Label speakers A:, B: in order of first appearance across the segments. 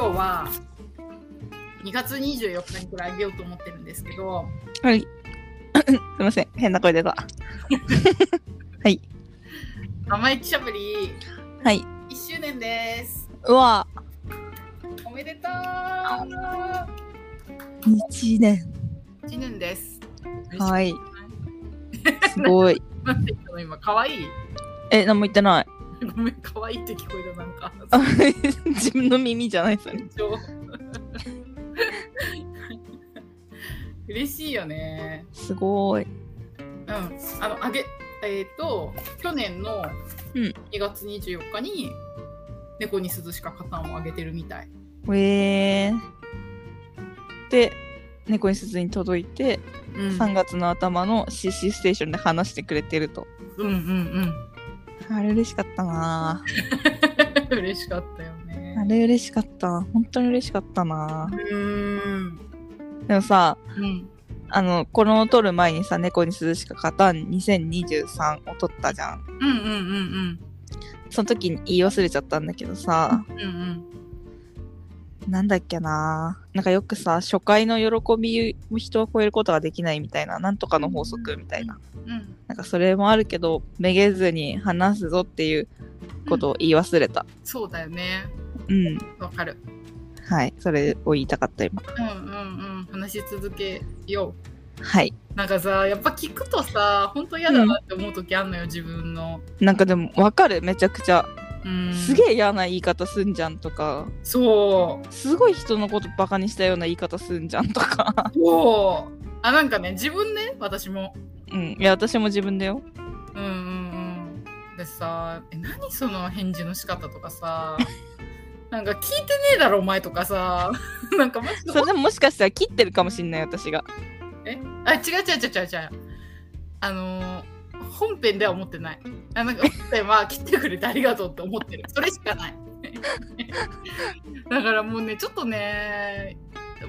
A: は2月24日にこれあげようと思ってるんですけど
B: はい。 すみません。変な声出た。
A: 生意気しゃぶり
B: はい。
A: 1周年です
B: うわ。
A: おめでとう
B: 一年。
A: 1年です
B: はい。すごい。
A: なんて言ったの今可愛い
B: え、何も言ってない。
A: ごめん可愛いって聞こえたなんか
B: あ自分の耳じゃないそれ。
A: 緊張嬉しいよね
B: すごい。
A: うんあのあげえっ、と去年の
B: うん
A: 2月24日に猫に涼しかカタンをあげてるみたい
B: えー。で、猫に鈴に届いて、
A: うん
B: 3月の頭の CC ステーションで話してくれてると。
A: うんうん
B: あれ嬉しかったな
A: うん 嬉しかったよ
B: ぁあ
A: ね
B: れ嬉しかった。本当に嬉しかったな
A: うーん
B: ぁでもさ、
A: うん
B: あの、このを撮る前にさ、猫に涼しか勝たん2023を撮ったじゃん。
A: うんうんうん
B: その時に言い忘れちゃったんだけどさ、
A: うんうん
B: なんだっけなぁなんかよくさ、初回の喜びを人を超えることができないみたいな、なんとかの法則みたいな。
A: うん
B: なんかそれもあるけど、めげずに話すぞっていうことを言い忘れた。
A: そうだよね
B: うん。
A: わかる
B: はい。それを言いたかった今。
A: うんうんうん話し続けよ
B: はい。
A: うなんかさやっぱ聞くとさ本当嫌だなって思う時あんのよ自分の
B: なんかでもわかるめちゃくちゃ。
A: うん
B: すげえ嫌な言い方すんじゃんとか、
A: そう
B: すごい人のことバカにしたような言い方すんじゃん とか。
A: おーあなんかね自分ね私も
B: うん。いや、私も自分だよ。
A: うんうんうんでさえ何その返事の仕方とか さなんか聞いてねえだろお前とかさ なんかマジで
B: それでももしかしたら切ってるかもしんない私が。
A: えあ違う違う違う違う違うあのー本編では思ってないあなんか本編は切ってくれてありがとうって思ってるそれしかない だからもうねちょっとね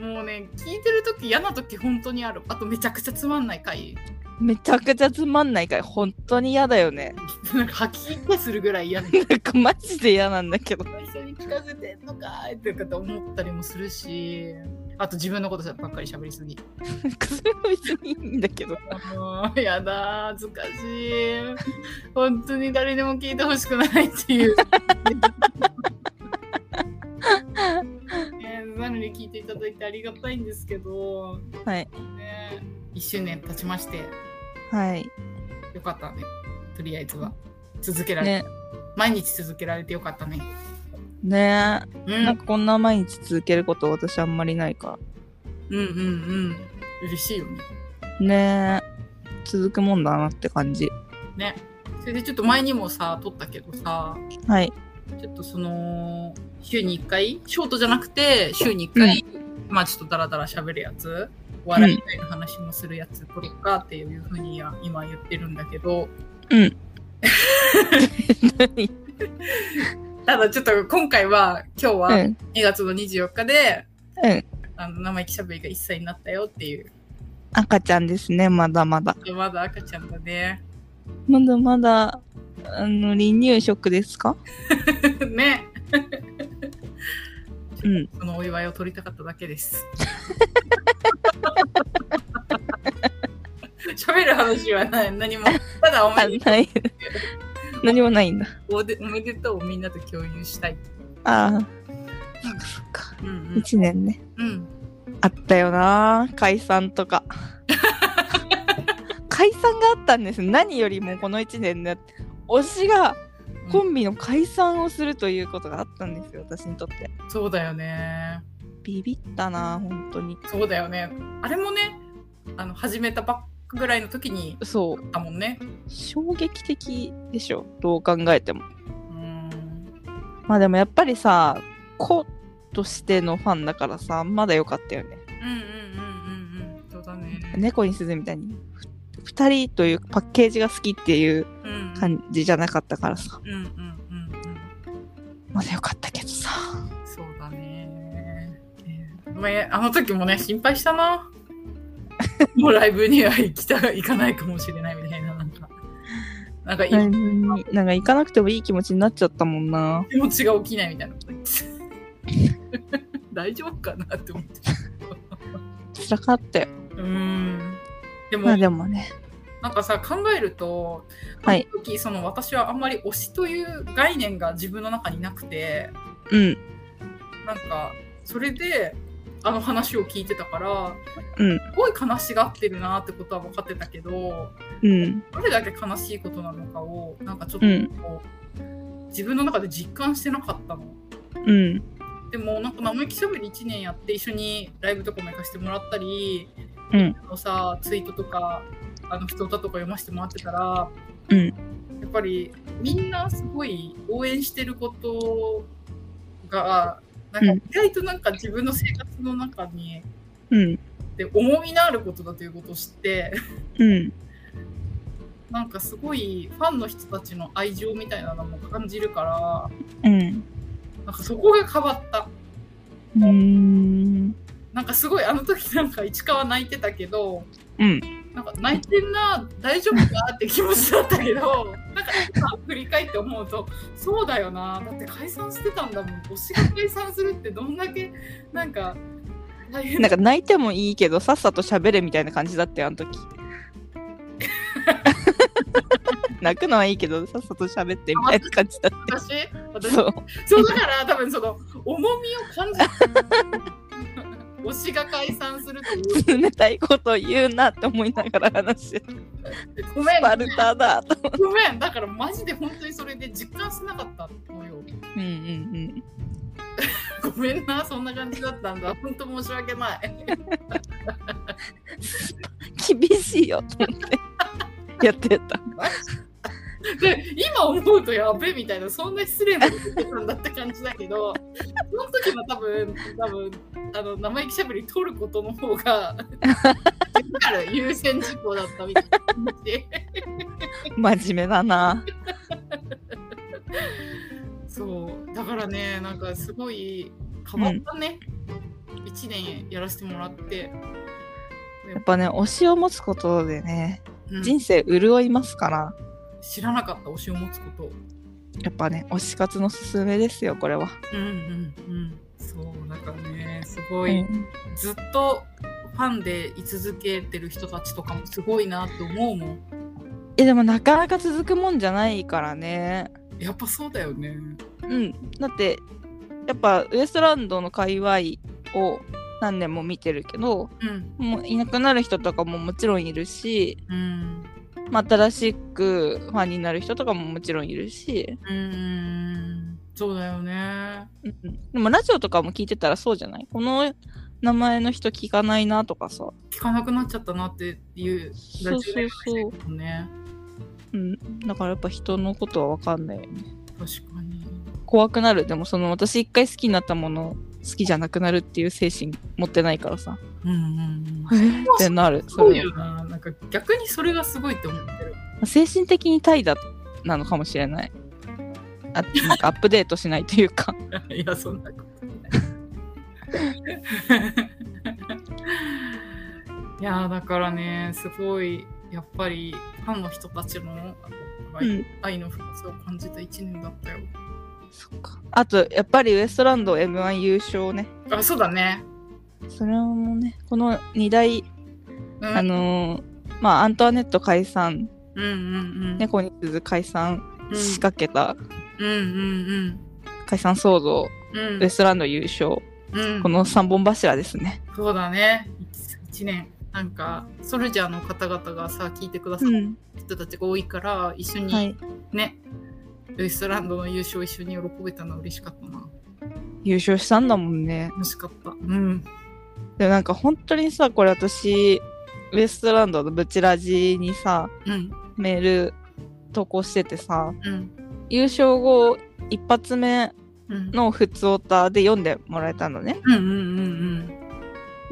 A: もうね聞いてる時嫌な時本当にあるあとめちゃくちゃつまんない回
B: めちゃくちゃつまんないから、本当に嫌だよね。
A: なんか吐き気するぐらい嫌な
B: なんかマジで嫌なんだけど。
A: 一緒に聞かせてんのかーいってかと思ったりもするしあと自分のことばっかり喋りすぎ
B: なんかそれは別にいいんだけど。
A: あーやだー恥ずかしい本当に誰にも聞いてほしくないって いうねなのに聞いていただいてありがたいんですけど、
B: はい。
A: ね、1周年経ちまして
B: はい。
A: よかったねとりあえずは続けられて、
B: ね。
A: 毎日続けられてよかったね
B: ね
A: う
B: え。なん
A: ん
B: かこんな毎日続けること私あんまりないか
A: うんうんうん嬉しいよね
B: ら。ねえ。続くもんだなって感じ。
A: ねそれでちょっと前にもさ撮ったけどさ
B: はい。
A: ちょっとその週に1回ショートじゃなくて週に1回、まあちょっとダラダラ喋るやつお笑いみたいな話もするやつ撮ろうかっていうふうにや今言ってるんだけど
B: うん。
A: ただちょっと今回は今日は
B: うん。
A: 2月の24日で、
B: うん
A: あの生意気しゃべりが1歳になったよっていう
B: 赤ちゃんですね、まだまだ。
A: まだ赤ちゃんだね
B: まだまだ、あの、離乳食ですか
A: ね
B: うん。
A: そのお祝いを取りたかっただけです。 喋る話はない何もただお
B: あ、
A: めでと
B: ない。 何もないんだ。
A: うおでおめでとうをみんなと共有したい。
B: ああ。そっかそっか。
A: うん
B: 1年ね。
A: うんうん、
B: あったよな解散と か解散があったんです何よりもこの1年で推しがコンビの解散をするということがあったんですよ私にとって
A: そうだよね
B: ビビったな本当に
A: そうだよねあれもねあの始めたばっかぐらいの時に
B: そう
A: だもんね。
B: 衝撃的でしょどう考えても
A: うん
B: まあでもやっぱりさ子としてのファンだからさまだ良かったよね
A: うんうんうんうんうんそうだね。
B: 猫に鈴みたいに2人というパッケージが好きっていう
A: うん
B: 感じじゃなかったからさ
A: うんうんうんうん。
B: まだ良かったけどさ
A: そうだね。まあ、あの時もね、心配した な。もうライブには行きた行かないかもしれないみたいな、なんか。なんか、
B: ライブになんか行かなくてもいい気持ちになっちゃったもんな。
A: 気持ちが起きないみたいなこと言って 大丈夫かなって思って
B: 辛かったよ。
A: うんでも、
B: まあでもね。
A: なんかさ考えると、
B: はい
A: あの時その私はあんまり推しという概念が自分の中になくて
B: うん。
A: なんかそれであの話を聞いてたから、
B: うん
A: すごい悲しがってるなってことは分かってたけど
B: うん。
A: どれだけ悲しいことなのかをなんかちょっ
B: うん
A: とこう、自分の中で実感してなかったの。
B: うん。
A: でもなんか生意気しゃべり1年やって一緒にライブとかも行かせてもらったり、
B: うん
A: あのさツイートとかあの人歌とか読ませてもらってたら、
B: うん
A: やっぱりみんなすごい応援してることがなんか
B: うん
A: 意外となんか自分の生活の中に
B: うん。
A: で重みのあることだということを知って
B: うん。
A: なんかすごいファンの人たちの愛情みたいなのも感じるから
B: うん。
A: なんかそこが変わった。
B: うーん。
A: なんかすごいあの時なんか市川泣いてたけど、
B: うん
A: なんか泣いてんな大丈夫かって気持ちだったけどなんか今振り返って思うとそうだよなだって解散してたんだもん推しが解散するってどんだけなんか大変
B: な
A: だ
B: んか泣いてもいいけど、さっさと喋れみたいな感じだったよ、あの時。 泣くのはいいけど、さっさと喋ってみたいな感じだっ
A: 私
B: た。
A: 私
B: そ。
A: そううだから多分その重みを感じる推しが解散するっていう
B: 冷たいこと言うなって思いながら話してた
A: ご めん
B: スパルタだと。
A: ごめんだからマジで本当にそれで実感しなかったのよ
B: うんうん
A: ごめんな、そんな感じだったんだ。本当申し訳ない。
B: うん。厳しいよと思って。やってた。
A: で、今思うとやべえみたいな、そんな失礼なこと言ってたんだって感じだけど、その時は多分、多分、あの、生意気しゃべり取ることの方が、だから優先事項だったみたいな感じ。
B: 真面目だな。
A: そう、だからね、なんかすごい変わったね。一年やらせてもらって。
B: やっぱね、推しを持つことでね、
A: うん
B: 人生潤いますから、
A: 知らなかった推しを持つこと。
B: やっぱね、推し活のすすめですよ、これは。
A: うんうんうん。そう、だからね、すご
B: う
A: い。
B: ん、
A: ずっとファンで居続けてる人たちとかもすごいなと思うもん
B: え、でもなかなか続くもんじゃないからね。
A: やっぱそうだよね
B: うん。だって、やっぱウエストランドの界隈を何年も見てるけど、
A: うん
B: もういなくなる人とかももちろんいるし、
A: うん
B: まあ、新しくファンになる人とかももちろんいるし、
A: うんそうだよね
B: うん、でもラジオとかも聞いてたらそうじゃないこの名前の人聞かないなとかさ。
A: 聞かなくなっちゃったなっていう
B: そうそうそう。
A: うね
B: うん、だからやっぱ人のことは分かんないよね。
A: 確かに
B: 怖くなる。でもその私一回好きになったもの好きじゃなくなるっていう精神持ってないから さ。
A: うん うん
B: えーってなる。
A: す
B: そ
A: ごい
B: れ
A: よななんか逆にそれがすごいって思ってる
B: は精神的に怠惰なのかもしれない。あなんかアップデートしないというか。
A: いや、そんなことない。いやー、だからね、すごい、やっぱり、ファンの人たちの
B: うん
A: 愛の深さを感じた一年だったよ。
B: そっか。あとやっぱりウエストランド M1 優勝ね。
A: あ、そうだね。
B: それもね、この2大、
A: うん、
B: あのーまあアントワネット解散、
A: うんうんうん。
B: 猫に鈴解散
A: うん、
B: 仕掛けた、
A: うんうん
B: 解散騒動、
A: うん。
B: ウエストランド優勝、
A: うん、
B: この3本柱ですね。
A: そうだね。一年。なんか、ソルジャーの方々がさ、聞いてくださる
B: ん。
A: 人たちが多いから、一緒に、
B: はい。
A: ね、ウエストランドの優勝を一緒に喜べたのは嬉しかったな。
B: 優勝したんだもんね。
A: 楽しかった。うん。
B: でなんか本当にさこれ私ウエストランドのブチラジにさ
A: うん。
B: メール投稿しててさ
A: うん。
B: 優勝後一発目
A: うん。
B: の「ふつおた」で読んでもらえたのね
A: うんうんうん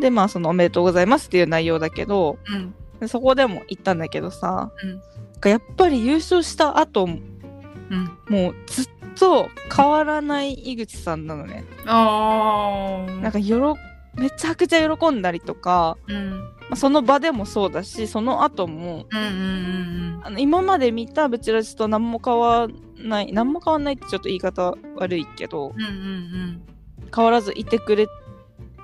B: でまあその「おめでとうございます」っていう内容だけど
A: うん。うん。
B: でそこでも言ったんだけどさ、
A: うん
B: なんかやっぱり優勝した後も
A: うん。
B: もうずっと変わらない井口さんなのね
A: ああ。
B: なんかよろめちゃくちゃ喜んだりとか、
A: うん。うん
B: まあその場でもそうだしその後も
A: うんうん
B: あの今まで見たブチラジと何も変わんない何も変わんないってちょっと言い方悪いけど
A: うん。うんうん
B: 変わらずいてくれっ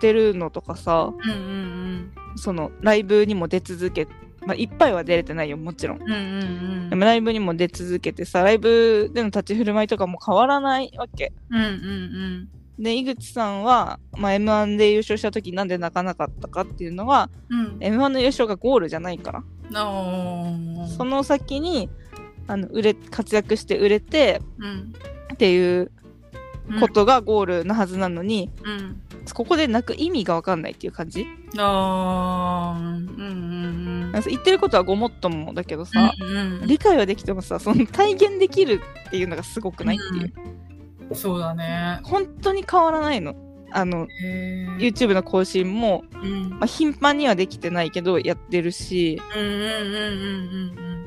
B: てるのとかさ
A: うんうん
B: そのライブにも出続けまあいっぱいは出れてないよもちろん
A: うんうんうん
B: でもライブにも出続けてさライブでの立ち振る舞いとかも変わらないわけ
A: うんうん
B: で井口さんは、まあ、m 1で優勝した時なんで泣かなかったかっていうのは
A: うんうん
B: m 1の優勝がゴールじゃないから
A: あ
B: その先にあの売れ活躍して売れて
A: うん
B: っていう
A: うん
B: ことがゴールなはずなのに、
A: うん
B: ここで泣く意味が分かんないっていう感じ
A: あーうんうんうん
B: なんか言ってることはごもっともだけどさ、
A: うん
B: 理解はできてもさその体現できるっていうのがすごくないっていう、
A: うんそうだね
B: 本当に変わらないのあの
A: へー
B: YouTube の更新も、
A: うん
B: まあ、頻繁にはできてないけどやってるし
A: うんうんうんうんう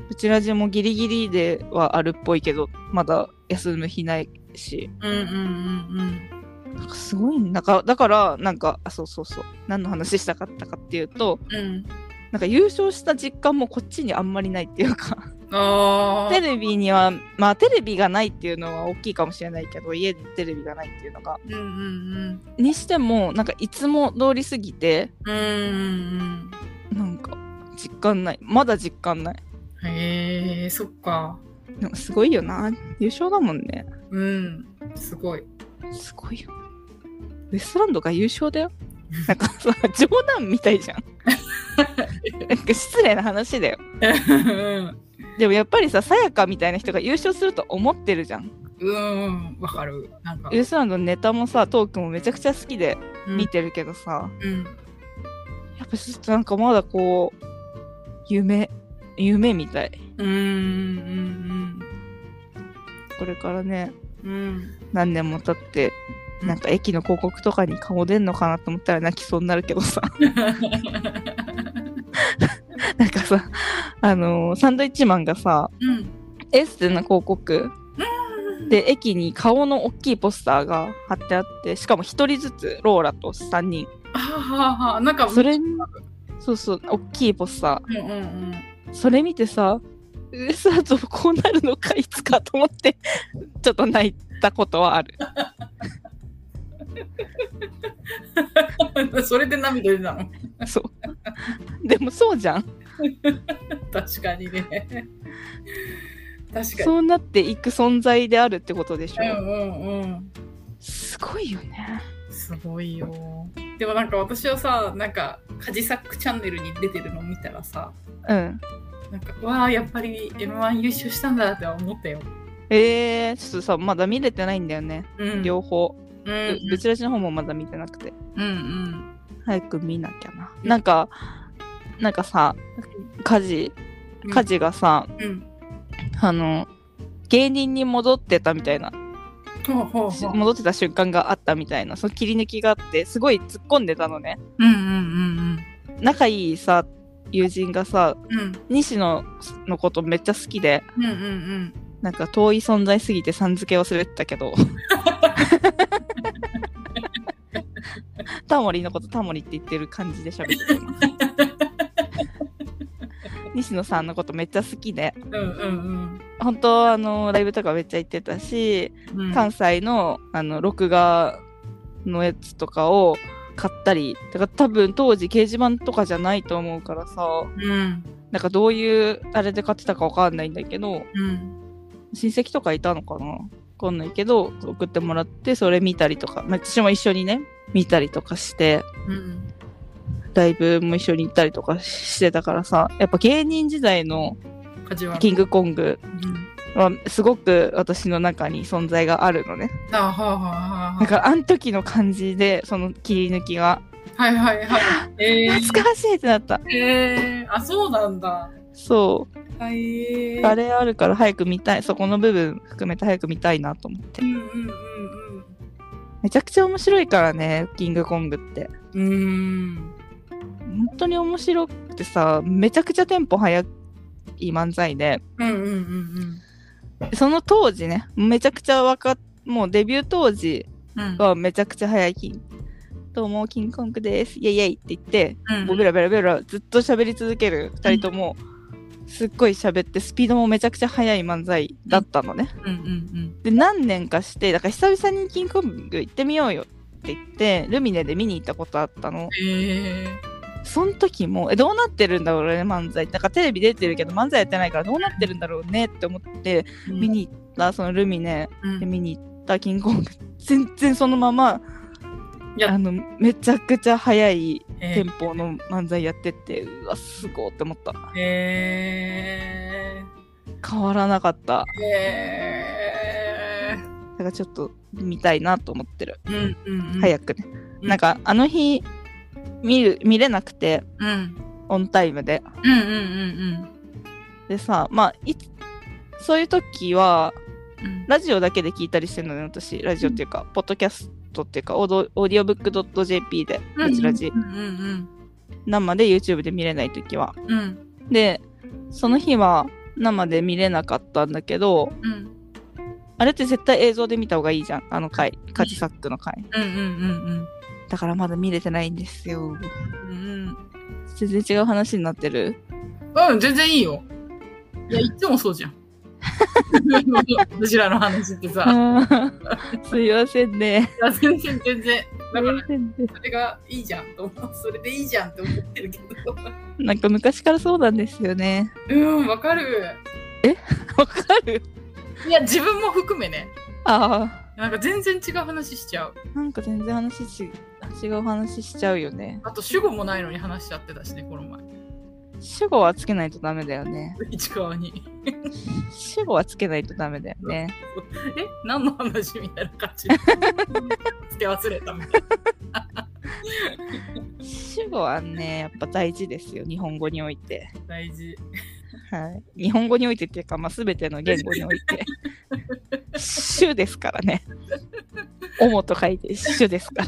A: ん
B: うちらじもギリギリではあるっぽいけどまだ休む日ないし
A: うんうんうんうん
B: なんかすごいなんかだからなんかあそうそうそう何の話したかったかっていうと
A: うん
B: なんか優勝した実感もこっちにあんまりないっていうか
A: あ
B: テ
A: ー
B: レビにはまあテレビがないっていうのは大きいかもしれないけど家にテレビがないっていうのが
A: うんうん
B: にしてもなんかいつも通り過ぎて
A: うんうんうん
B: なんか実感ないまだ実感ない
A: うんへえそっか
B: なんかすごいよな優勝だもんね
A: うんすごい
B: すごいよウエストランドが優勝だよなんかさ 冗談みたい じゃんなんか失礼な話だよ
A: うん
B: でもやっぱりささやかみたいな人が優勝すると思ってるじゃん
A: うんわかるなんか
B: ウエストランドのネタもさトークもめちゃくちゃ好きで見てるけどさ、
A: うん
B: やっぱちょっとなんかまだこう夢夢みたい
A: うんうん
B: これからね
A: うんうん
B: 何年も経って
A: うん
B: なんか駅の広告とかに顔出んのかなと思ったら泣きそうになるけ どさなんかさあのーサンドイッチマンがさ
A: うん
B: エステの広告で駅に顔の大きいポスターが貼ってあってしかも1人ずつローラと3人
A: はははなんか
B: それにそうそう大きいポスタ
A: うんうんうん
B: ーそれ見てさウエストランドこうなるのかいつかと思って ちょっと泣いたことはある
A: それで涙出たの
B: そうでもそうじゃん
A: 確かにね確かに
B: そうなっていく存在であるってことでしょ、
A: うんうんうん
B: すごいよね
A: すごいよでもなんか私はさなんかカジサックチャンネルに出てるのを見たらさ
B: うん
A: なんかわあやっぱり m 1優勝したんだって思ったよ、
B: えー、ちょっとさまだ見れてないんだよね、
A: うん、
B: 両方
A: うん
B: う
A: う
B: ぶちらちの方もまだ見てなくて
A: んうん
B: 早く見なきゃな、
A: うん
B: なんかなんかさ家事
A: うん
B: 家事がさ、
A: うん
B: あの芸人に戻ってたみたいな
A: ほうほう
B: し
A: ほう
B: 戻ってた瞬間があったみたいなその切り抜きがあってすごい突っ込んでたのね
A: うんうん
B: 仲いいさ友人がさ
A: うんうん
B: 西野のことめっちゃ好きで
A: うんうんうん
B: なんか遠い存在すぎてさん付け忘れてた けどタモリのことタモリって言ってる感じで喋 ってる西野さんのことめっちゃ好きで
A: うんうん
B: 本当あのライブとかめっちゃ行ってたし、
A: うんうん
B: 関西のあの録画のやつとかを買ったりだから多分当時掲示板とかじゃないと思うからさ
A: うん
B: なんかどういうあれで買ってたかわかんないんだけど、
A: うん
B: 親戚とかいたのかなわかんないけど送ってもらってそれ見たりとか、まあ私も一緒にね見たりとかして
A: うん
B: ライブも一緒に行ったりとかししてたからさやっぱ芸人時代の
A: 梶
B: 「
A: 原
B: キングコング
A: うん」
B: はすごく私の中に存在があるのね
A: あはあはあは
B: だからあの時の感じでその切り抜きが
A: あはいはいはいえー
B: 懐かしいってなった
A: えー、あそうなんだ
B: そう
A: はい
B: あれあるから早く見たいそこの部分含めて早く見たいなと思って
A: うんうんうん
B: めちゃくちゃ面白いからね「キングコング」って
A: うんうん
B: 本当に面白くてさめちゃくちゃテンポ速い漫才で
A: うんうんうん
B: その当時ねめちゃくちゃ若もうデビュー当時
A: うん
B: はめちゃくちゃ速いキンどうもキングコングですイエイイエイって言って
A: うん
B: もうベラベラベラずっと喋り続ける2人ともすっごい喋ってスピードもめちゃくちゃ速い漫才だったのね
A: うんうん
B: で何年かしてだから久々にキングコング行ってみようよっって言ってルミネで見に行ったことあったの
A: えー、
B: その時もえどうなってるんだろうね漫才なんかテレビ出てるけど漫才やってないからどうなってるんだろうねって思って見に行ったそのルミネ
A: うん
B: で見に行ったキングコング全然そのまま
A: いや
B: あのめちゃくちゃ速い
A: え
B: テンポの漫才やっててうわすごいって思った
A: え
B: 変わらなかった
A: ー、え
B: だからちょっと見たいなと思ってる、
A: ー、うんうん、うん、
B: 早くね、
A: うん
B: なんかあの日見る見れなくて
A: うん、
B: オンタイムで
A: うんうんうん
B: でさまあいそういう時は
A: うんうん
B: ラジオだけで聞いたりしてるのね私ラジオっていうか、ポッドキャストっていうかオードオーディオブックドット JP でラジラジ、
A: うんうん
B: 生で YouTube で見れない時は
A: うんうん
B: でその日は生で見れなかったんだけど
A: うん
B: あれって絶対映像で見た方がいいじゃんあの回カジサックの回
A: うんうん
B: だからまだ見れてないんですよ
A: うんうん
B: 全然違う話になってる
A: うん、全然いいよ。いや、いつもそう じゃん。私らの話ってさ。
B: あー すいませんね
A: いや、全然全然。だから、
B: すいませんね
A: それがいいじゃんと思う。それでいいじゃんと思ってるけど。
B: なんか昔からそうなんですよね
A: うん、わかる。
B: わかる
A: いや、自分も含めね。
B: あ
A: なんか全然違う話しちゃう。
B: ーなんか全然話し違う話しちゃうよね
A: あと、主語もないのに話しちゃってたしね、この前。
B: 主語はつけないとダメだよね
A: 市川に。
B: 主語はつけないとダメだよね
A: え、何の話みたいな感 じ。つけ忘れたみたいな。
B: 主語はねやっぱ大事ですよ日本語において
A: 大事。
B: はい日本語においてっていうか、まあ、全ての言語において主ですからね主と書いて主ですか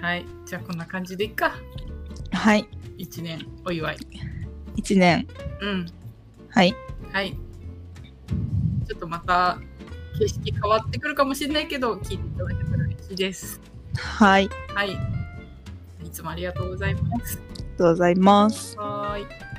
A: はい。じゃあ、こんな感じでいっか。
B: らはい
A: 一年お祝い。
B: 1年
A: うん。
B: はい
A: はい。ちょっとまた景色変わってくるかもしれないけど、聞いていただけたら嬉しいです。
B: はいあり
A: はい。いつもありがとうございます。
B: がとうございます
A: はーい。